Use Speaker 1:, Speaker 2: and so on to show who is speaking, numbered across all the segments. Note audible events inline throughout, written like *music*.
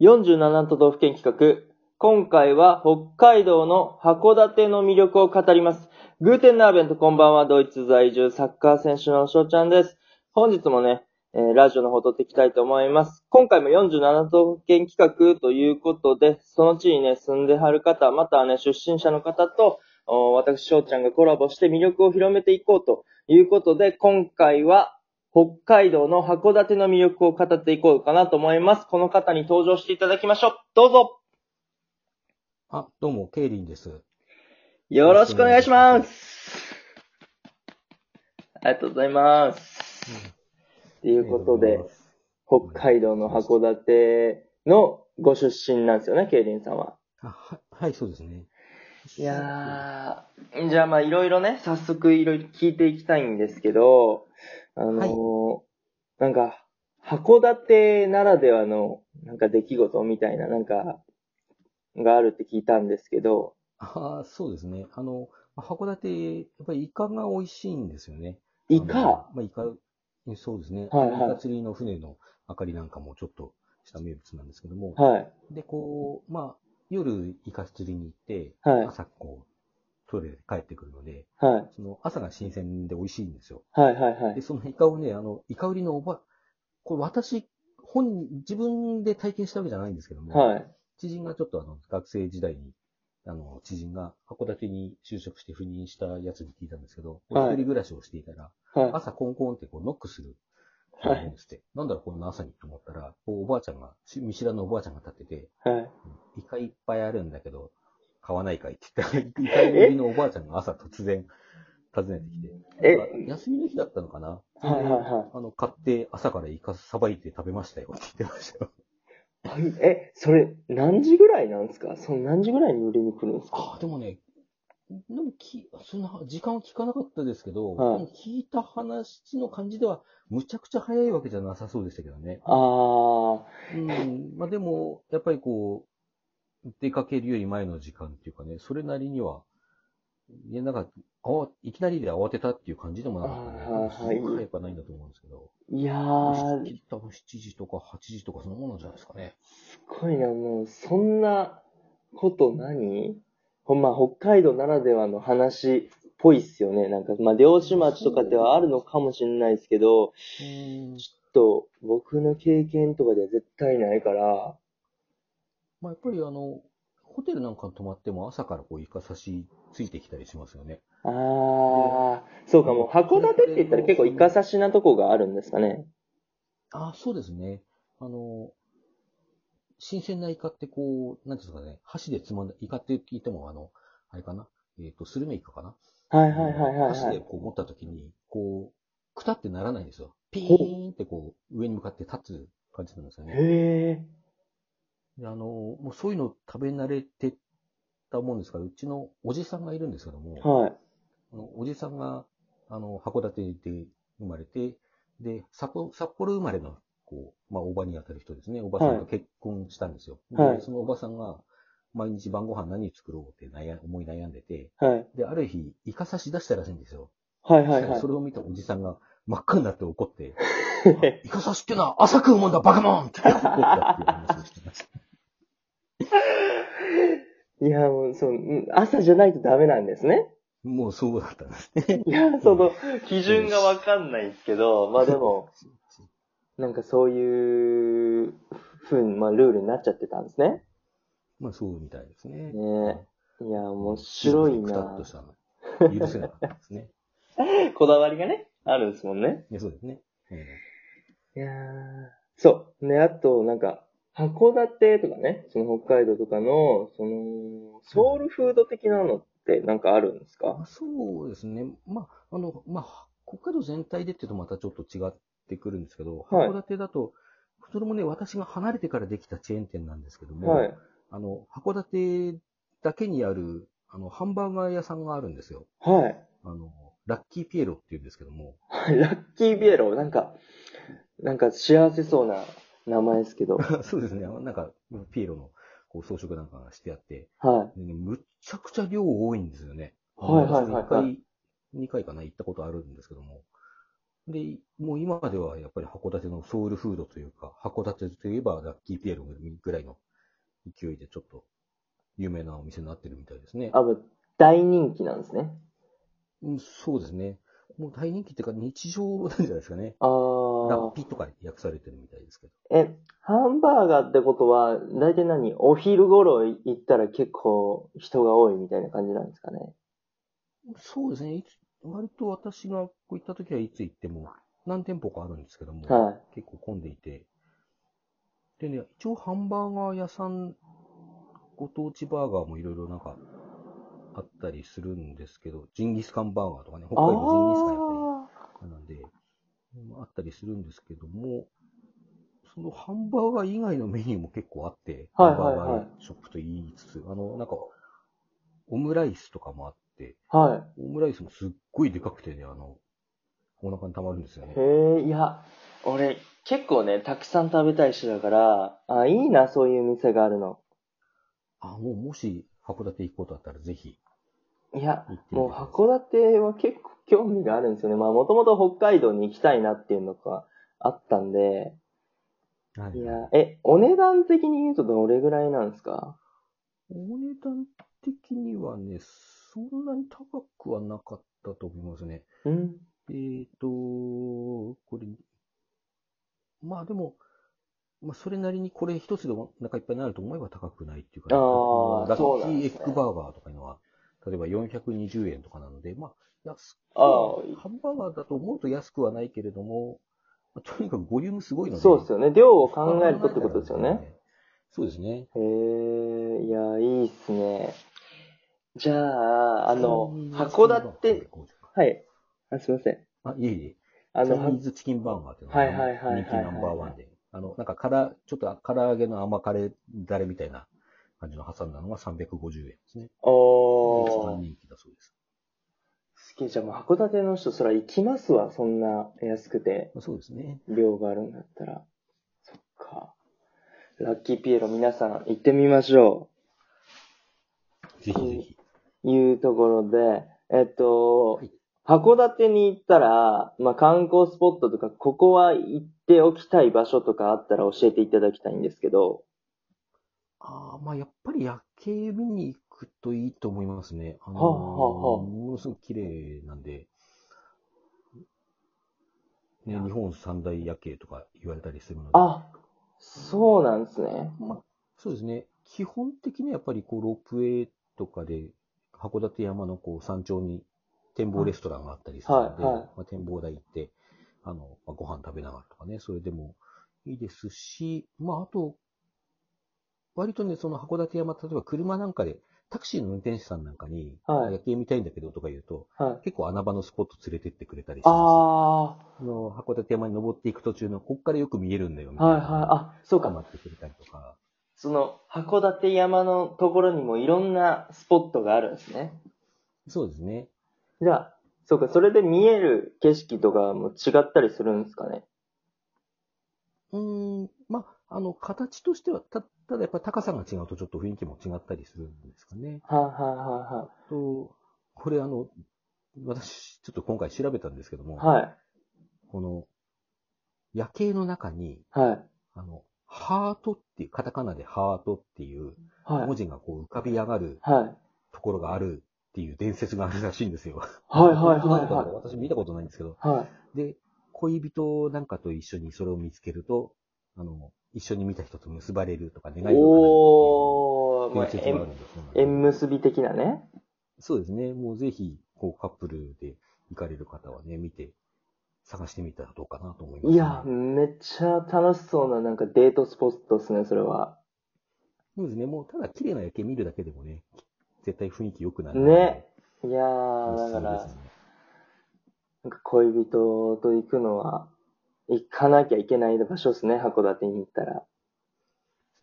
Speaker 1: 47都道府県企画。今回は北海道の函館の魅力を語ります。グーテンナーベントこんばんは、ドイツ在住サッカー選手の翔ちゃんです。本日もね、えーラジオの方撮っていきたいと思います。今回も47都道府県企画ということで、その地にね、住んではる方、またはね、出身者の方と、お私翔ちゃんがコラボして魅力を広めていこうということで、今回は北海道の函館の魅力を語っていこうかなと思います。この方に登場していただきましょう。どうぞ
Speaker 2: あ、どうも、ケイリンです。
Speaker 1: よろしくお願いしますありがとうございます。とい
Speaker 2: と
Speaker 1: うことで、、北海道の函館のご出身なんですよね、ケイリンさんは。
Speaker 2: あははい、そうですね。
Speaker 1: いやー、じゃあまあいろいろね、早速いろいろ聞いていきたいんですけど、あのーなんか、函館ならではの、なんか出来事みたいな、なんか、があるって聞いたんですけど、
Speaker 2: あーそうですね。あの、函館、やっぱりイカが美味しいんですよね。
Speaker 1: イ
Speaker 2: あの
Speaker 1: カ
Speaker 2: まあ、イカ、そうですね。
Speaker 1: はいはい
Speaker 2: イカ釣りの船の明かりなんかもちょっとした名物なんですけども。
Speaker 1: はい、
Speaker 2: で、こう、まあ、夜イカ釣りに行って、
Speaker 1: はい
Speaker 2: 朝こう、トイレで帰ってくるので、
Speaker 1: はい、
Speaker 2: その朝が新鮮で美味しいんですよ。
Speaker 1: はい、はい、は
Speaker 2: で、
Speaker 1: い。
Speaker 2: そのイカをね、あの、イカ売りのおば、これ私、本人、自分で体験したわけじゃないんですけども、
Speaker 1: はい、
Speaker 2: 知人がちょっとあの、学生時代に、あの、知人が函館に就職して赴任したやつに聞いたんですけど、
Speaker 1: はい
Speaker 2: 一人暮らしをしていたら、
Speaker 1: は
Speaker 2: 朝コンコンってこうノックする。
Speaker 1: はい
Speaker 2: んですって。なんだろう、こんな朝にと思ったら、こうおばあちゃんが、し見知らぬおばあちゃんが立ってて、
Speaker 1: い、はい。
Speaker 2: イカいっぱいあるんだけど、買わないかいって言ったら、
Speaker 1: *laughs*
Speaker 2: イカ売りのおばあちゃんが朝突然、訪ねてきて、
Speaker 1: え、
Speaker 2: 休みの日だったのかな
Speaker 1: はい、はい、は
Speaker 2: あの、買って朝からイカさばいて食べましたよって言ってましたよ。
Speaker 1: い。え、それ、何時ぐらいなんですかその何時ぐらいに売りに来るんですか
Speaker 2: ああ、でもね、でもき、そんな、時間は聞かなかったですけど、
Speaker 1: はい
Speaker 2: でも聞いた話の感じでは、むちゃくちゃ早いわけじゃなさそうでしたけどね。
Speaker 1: あー、
Speaker 2: うん、まあでも、やっぱりこう、出かけるより前の時間っていうかね、それなりには、いや、なんか、あわいきなりで慌てたっていう感じでもなかったね。
Speaker 1: あーはい
Speaker 2: すごい早くはないんだと思うんですけど。
Speaker 1: いや
Speaker 2: 多
Speaker 1: ー、
Speaker 2: 分7時とか8時とかそのものなんじゃないですかね。
Speaker 1: すごいな、もう、そんなこと何ほんま、北海道ならではの話っぽいっすよね。なんか、まあ、漁師町とかではあるのかもしれないですけど、
Speaker 2: うん
Speaker 1: ちょっと、僕の経験とかでは絶対ないから、
Speaker 2: まあ、やっぱりあの、ホテルなんかに泊まっても朝からこうイカ刺しついてきたりしますよね。
Speaker 1: あー、そうか、もう、函館って言ったら結構イカ刺しなとこがあるんですかね。
Speaker 2: ああ、そうですね。あの、新鮮なイカってこう、なんていうんですかね、箸でつまんだ、イカって聞いてもあの、あれかな、えっ、と、スルメイカかな。
Speaker 1: はいはいはいはい、
Speaker 2: 箸
Speaker 1: は
Speaker 2: で
Speaker 1: い。
Speaker 2: こう持った時に、こう、くたってならないんですよ。ピーンってこう、上に向かって立つ感じなんですよね。
Speaker 1: へ
Speaker 2: であの、もうそういうの食べ慣れてたもんですから、うちのおじさんがいるんですけども、
Speaker 1: ー、はい。
Speaker 2: あのおじさんが、あの、函館で生まれて、で、札幌札幌生まれの、こう、まあ、おばにあたる人ですね。おばさん
Speaker 1: は
Speaker 2: が
Speaker 1: い
Speaker 2: 結婚したんですよ。
Speaker 1: はい
Speaker 2: で、そのおばさんが、毎日晩ご飯何作ろうって悩思い悩んでて、
Speaker 1: はい。
Speaker 2: で、ある日、イカ差し出したらしいんですよ。
Speaker 1: はいはい
Speaker 2: そした
Speaker 1: は
Speaker 2: ら
Speaker 1: い
Speaker 2: そ。れを見たおじさんが真っ赤になって怒って、イカ刺しってのは朝食うもんだ、バカモンって怒ったっていう話をしてました。
Speaker 1: *laughs* いや、もう、そう、うん朝じゃないとダメなんですね。
Speaker 2: もうそうだったんですね。
Speaker 1: いや、 *laughs* その、基準がわかんないですけど、まあでも、なんかそういう、ふうに、まあルールになっちゃってたんですね。
Speaker 2: まあそうみたいですね。
Speaker 1: ねいや、面白い
Speaker 2: くた
Speaker 1: な
Speaker 2: っとしたの。許せなかったですね。
Speaker 1: こだわりがね、あるんですもんね。
Speaker 2: いや、そうですね。うん
Speaker 1: いやーそう。ね、あと、なんか、函館とかね、その北海道とかの、その、ソウルフード的なのってなんかあるんですか
Speaker 2: あそうですね。まあ、あの、まあ、北海道全体でっていうとまたちょっと違ってくるんですけど、
Speaker 1: はい
Speaker 2: 函館だと、それもね、私が離れてからできたチェーン店なんですけども、
Speaker 1: はい。
Speaker 2: あの、函館だけにある、あの、ハンバーガー屋さんがあるんですよ。
Speaker 1: はい。
Speaker 2: あの、ラッキーピエロっていうんですけども、 *laughs*
Speaker 1: ラッキービエロ、なんか、なんか幸せそうな名前です *laughs* けど。はい。
Speaker 2: そうですね、あのなんか、ピエロのこう装飾なんかがしてあって、
Speaker 1: は
Speaker 2: でね、むっちゃくちゃ量多いんですよね。
Speaker 1: はいはいはいはい
Speaker 2: 私一回、二回かな、行ったことあるんですけども、で、もう今まではやっぱり函館のソウルフードというか、函館といえばラッキーピエロぐらいの勢いでちょっと有名なお店になってるみたいですね。
Speaker 1: あ、もう大人気なんですね。
Speaker 2: うん、そうですね。もう大人気っていうか日常なんじゃないですかね。
Speaker 1: あ
Speaker 2: ラッ
Speaker 1: ー。
Speaker 2: ピとか訳されてるみたいですけど。
Speaker 1: え、ハンバーガーってことは、大体何お昼頃行ったら結構人が多いみたいな感じなんですかね。
Speaker 2: そうですね。いつ、割と私がこう行った時はいつ行っても何店舗かあるんですけども、
Speaker 1: はい。
Speaker 2: 結構混んでいて。でね、一応ハンバーガー屋さん、ご当地バーガーもいろいろなんかあったりするんですけど、ジンギスカンバーガーとかね、北海道ジンギスカンやっぱり。なんで、まああったりするんですけども、そのハンバーガー以外のメニューも結構あって、
Speaker 1: はいはいはい
Speaker 2: ハンバーガーショップと言いつつ、あの、なんか、オムライスとかもあって、
Speaker 1: あーはい。
Speaker 2: オムライスもすっごいでかくてね、あの、お腹に溜まるんですよね。
Speaker 1: へえ、いや、俺、結構ね、たくさん食べたい人だから、あ、いいな、そういう店があるの。
Speaker 2: あ、もうもし函館行くことあったらぜひ
Speaker 1: いや、
Speaker 2: 行ってみ
Speaker 1: も
Speaker 2: て
Speaker 1: う
Speaker 2: ください。
Speaker 1: 函館は結構興味があるんですよね。まあ、もともと北海道に行きたいなっていうのがあったんで、
Speaker 2: はい
Speaker 1: いや、え、お値段的に言うとどれぐらいなんですか
Speaker 2: お値段的にはね、そんなに高くはなかったと思いますね。
Speaker 1: うん。
Speaker 2: えーと、これ、まあでも、まあそれなりにこれ一つでお腹いっぱいになると思えば高くないっていうか、
Speaker 1: あー
Speaker 2: のラ
Speaker 1: そうな
Speaker 2: ッ
Speaker 1: ん
Speaker 2: キーエ
Speaker 1: ですね
Speaker 2: ッグバーガーとかいうのは、例えば420円とかなので、まあ、安く
Speaker 1: あ
Speaker 2: は
Speaker 1: ー
Speaker 2: ハンバーガーだと思うと安くはないけれども、まあとにかくボリュームすごいので。
Speaker 1: そうです
Speaker 2: よ。
Speaker 1: よね。量を考えるとってことですよね。。
Speaker 2: そうですね。
Speaker 1: へえ、いや、いいっすね。じゃあ、あの、函館、。はい。あ、すいません。
Speaker 2: あ、いえいえ。
Speaker 1: あ
Speaker 2: チ
Speaker 1: の、
Speaker 2: ャイニーズチキンバーガーっていうの
Speaker 1: はいはいはいはいはい
Speaker 2: 人気ナンバーワンで。あの、なんか、から、ちょっと唐揚げの甘カレーダレみたいな感じの挟んだのが350円ですね。一
Speaker 1: お
Speaker 2: 番
Speaker 1: ー。
Speaker 2: 人気だそうです。
Speaker 1: すげえ、じゃあもう函館の人、そら行きますわ、そんな安くて、
Speaker 2: まあそうですね。
Speaker 1: 量があるんだったら。そっか。ラッキーピエロ皆さん行ってみましょ
Speaker 2: ぜひぜひ。
Speaker 1: う。いうところで、えっと
Speaker 2: はい、
Speaker 1: 函館に行ったら、まあ、観光スポットとか、ここは行っておきたい場所とかあったら教えていただきたいんですけど、
Speaker 2: ああ、まあ、やっぱり夜景見に行くといいと思いますね。あのー
Speaker 1: はあはあはあ
Speaker 2: ものすごく綺麗なんで、ね、日本三大夜景とか言われたりするので。
Speaker 1: あ、そうなんですね。
Speaker 2: まあ、そうですね。基本的にはやっぱりこうロープウェイとかで、函館山のこう山頂に展望レストランがあったりするので、
Speaker 1: はいはい
Speaker 2: まあ、展望台行って、あの、まあ、ご飯食べながらとかね、それでもいいですし、まあ、あと、割とね、その函館山、例えば車なんかで、タクシーの運転手さんなんかに、
Speaker 1: はい
Speaker 2: 夜景見たいんだけどとか言うと、
Speaker 1: はい。
Speaker 2: 結構穴場のスポット連れてってくれたりしてます
Speaker 1: あ
Speaker 2: あの、函館山に登っていく途中の、こっからよく見えるんだよ、
Speaker 1: ー、
Speaker 2: みたい
Speaker 1: は
Speaker 2: な。
Speaker 1: いはい。あ、そうか
Speaker 2: 捕。まってくれたりとか。
Speaker 1: その、函館山のところにもいろんなスポットがあるんですね。
Speaker 2: そうですね。
Speaker 1: じゃあ、そうか、それで見える景色とかも違ったりするんですかね。
Speaker 2: うーん、まあ、あの、形としては、た、ただやっぱり高さが違うとちょっと雰囲気も違ったりするんですかね。
Speaker 1: はいはいは
Speaker 2: と、これあの、私、ちょっと今回調べたんですけども、
Speaker 1: いはい。
Speaker 2: この、夜景の中に、
Speaker 1: はい。はい。
Speaker 2: あの、ハートっていう、カタカナでハートっていう
Speaker 1: はい。は
Speaker 2: 文
Speaker 1: い。
Speaker 2: 字がこう浮かび上がる
Speaker 1: はい
Speaker 2: ところがあるっていう伝説があるらしいんですよ。
Speaker 1: はいはい
Speaker 2: 本当なのかどう
Speaker 1: は
Speaker 2: *laughs* か私見たことないんですけど、
Speaker 1: い。はい。
Speaker 2: で、恋人なんかと一緒にそれを見つけると、あの、一緒に見た人と結ばれるとか願いが叶う
Speaker 1: おー、まあ
Speaker 2: っていう伝説がある
Speaker 1: 縁、
Speaker 2: んです
Speaker 1: 縁結
Speaker 2: よ
Speaker 1: び的なね。
Speaker 2: そうですね。もうぜひ、こうカップルで行かれる方はね、見て、探してみたらどうかなと思います、
Speaker 1: いや、めっちゃ楽しそうななんかデートスポットですね、それは。
Speaker 2: そうですね。もうただ綺麗な夜景見るだけでもね、絶対雰囲気良くなるので。
Speaker 1: ね。いや
Speaker 2: おす
Speaker 1: ー、
Speaker 2: す
Speaker 1: だ
Speaker 2: め
Speaker 1: から
Speaker 2: で、すね
Speaker 1: なんか恋人と行くのは、行かなきゃいけない場所ですね、函館に行ったら。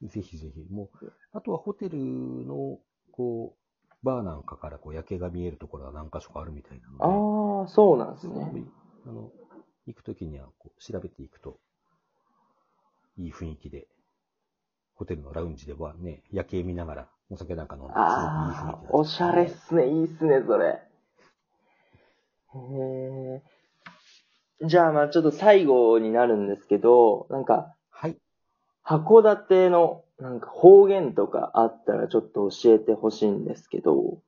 Speaker 2: ぜひぜひ。もう、あとはホテルの、こう、バーなんかからこう夜景が見えるところは何箇所かあるみたいなので。
Speaker 1: ああ、そうなんです
Speaker 2: そういうの
Speaker 1: ね
Speaker 2: も。いあの、行くときには、こう、調べていくと、いい雰囲気で、ホテルのラウンジではね、夜景見ながら、お酒なんか飲んで、すごくいい雰囲
Speaker 1: あ
Speaker 2: 気
Speaker 1: あ
Speaker 2: だ、
Speaker 1: おしゃれっすね、いいっすね、それ。へえ。じゃあ、まあちょっと最後になるんですけど、なんか、
Speaker 2: はい。
Speaker 1: 函館の、なんか方言とかあったらちょっと教えてほしいんですけど。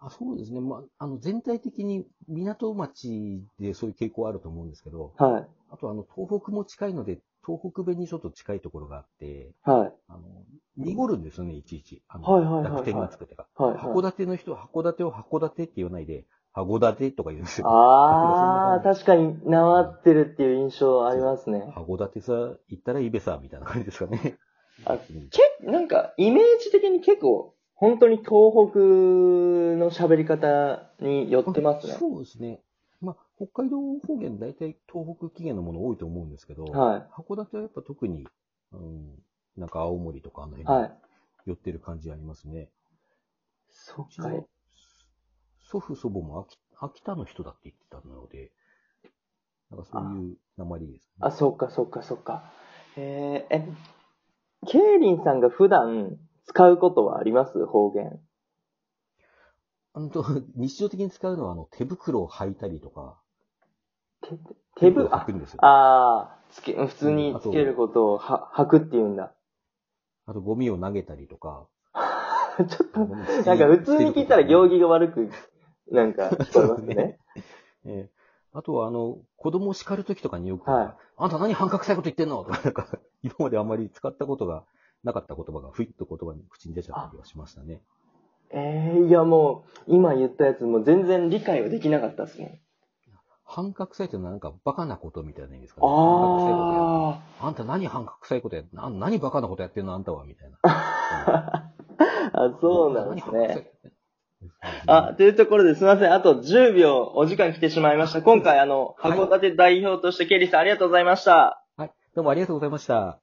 Speaker 2: あそうですね。まあ、あの、全体的に港町でそういう傾向あると思うんですけど、
Speaker 1: は
Speaker 2: あとあの、東北も近いので、東北弁にちょっと近いところがあって、
Speaker 1: い。はい。
Speaker 2: あの、濁るんですよね、いちいち。あの
Speaker 1: はいはいはいはい
Speaker 2: 濁点がつくというか。
Speaker 1: はい、
Speaker 2: 函館の人は函館を函館って言わないで、函館とか言うんですよ。
Speaker 1: ああ、確かに、なまってるっていう印象ありますね。
Speaker 2: 函館さ、行ったらイベさ、みたいな感じですかね。
Speaker 1: あ
Speaker 2: うん
Speaker 1: け、なんか、イメージ的に結構、本当に東北の喋り方に寄ってますね。
Speaker 2: そうですね。まあ、北海道方言、大体東北起源のもの多いと思うんですけど、
Speaker 1: は
Speaker 2: 函館はやっぱ特に、うん、なんか青森とかあの
Speaker 1: い。
Speaker 2: 辺
Speaker 1: は
Speaker 2: に
Speaker 1: い。
Speaker 2: 寄ってる感じありますね。
Speaker 1: そう
Speaker 2: ち
Speaker 1: っ
Speaker 2: の
Speaker 1: か。
Speaker 2: 祖父祖母も秋秋田の人だって言ってたので、なんかそういう鉛ですね。
Speaker 1: あ、そうか、そうか、そうか。えー、え、ケイリンさんが普段使うことはあります方言。
Speaker 2: あのと、日常的に使うのは、あの、手袋を履いたりとか、
Speaker 1: 手ぶ
Speaker 2: 袋を、履
Speaker 1: あ
Speaker 2: く、んですよ。あ
Speaker 1: あーつけ、普通につけることをは履くって言うんだ。 *laughs*
Speaker 2: と、ゴミを投げたりとか。
Speaker 1: ちょっと
Speaker 2: ゴ、ミを捨て
Speaker 1: なん
Speaker 2: る
Speaker 1: か普通に聞いたら行儀が悪く、なん *laughs* か、聞こえます
Speaker 2: そう
Speaker 1: ね
Speaker 2: ね。ええあとは、あの、子供を叱るときとかによく、
Speaker 1: はい
Speaker 2: あんた何半角臭いこと言ってんのと *laughs* か、なんか、今まであんまり使ったことがなかった言葉が、ふいっと言葉に口に出ちゃったりはしましたね。
Speaker 1: ええいやもう、今言ったやつも全然理解はできなかったですね。
Speaker 2: 半角臭いというのはなんかバカなことみたいな意味ですかね。半角臭いことやる
Speaker 1: あ
Speaker 2: あんた何半角臭いことや、な何バカなことやってんのあんたは、みたいな。うん
Speaker 1: あ、あ、 *laughs* そうなんですね。。あ、
Speaker 2: あ、
Speaker 1: というところですいません。あと10秒お時間来てしまいました。今回あの、
Speaker 2: はい
Speaker 1: 函館代表としてケリーさんありがとうございました。
Speaker 2: はい。どうもありがとうございました。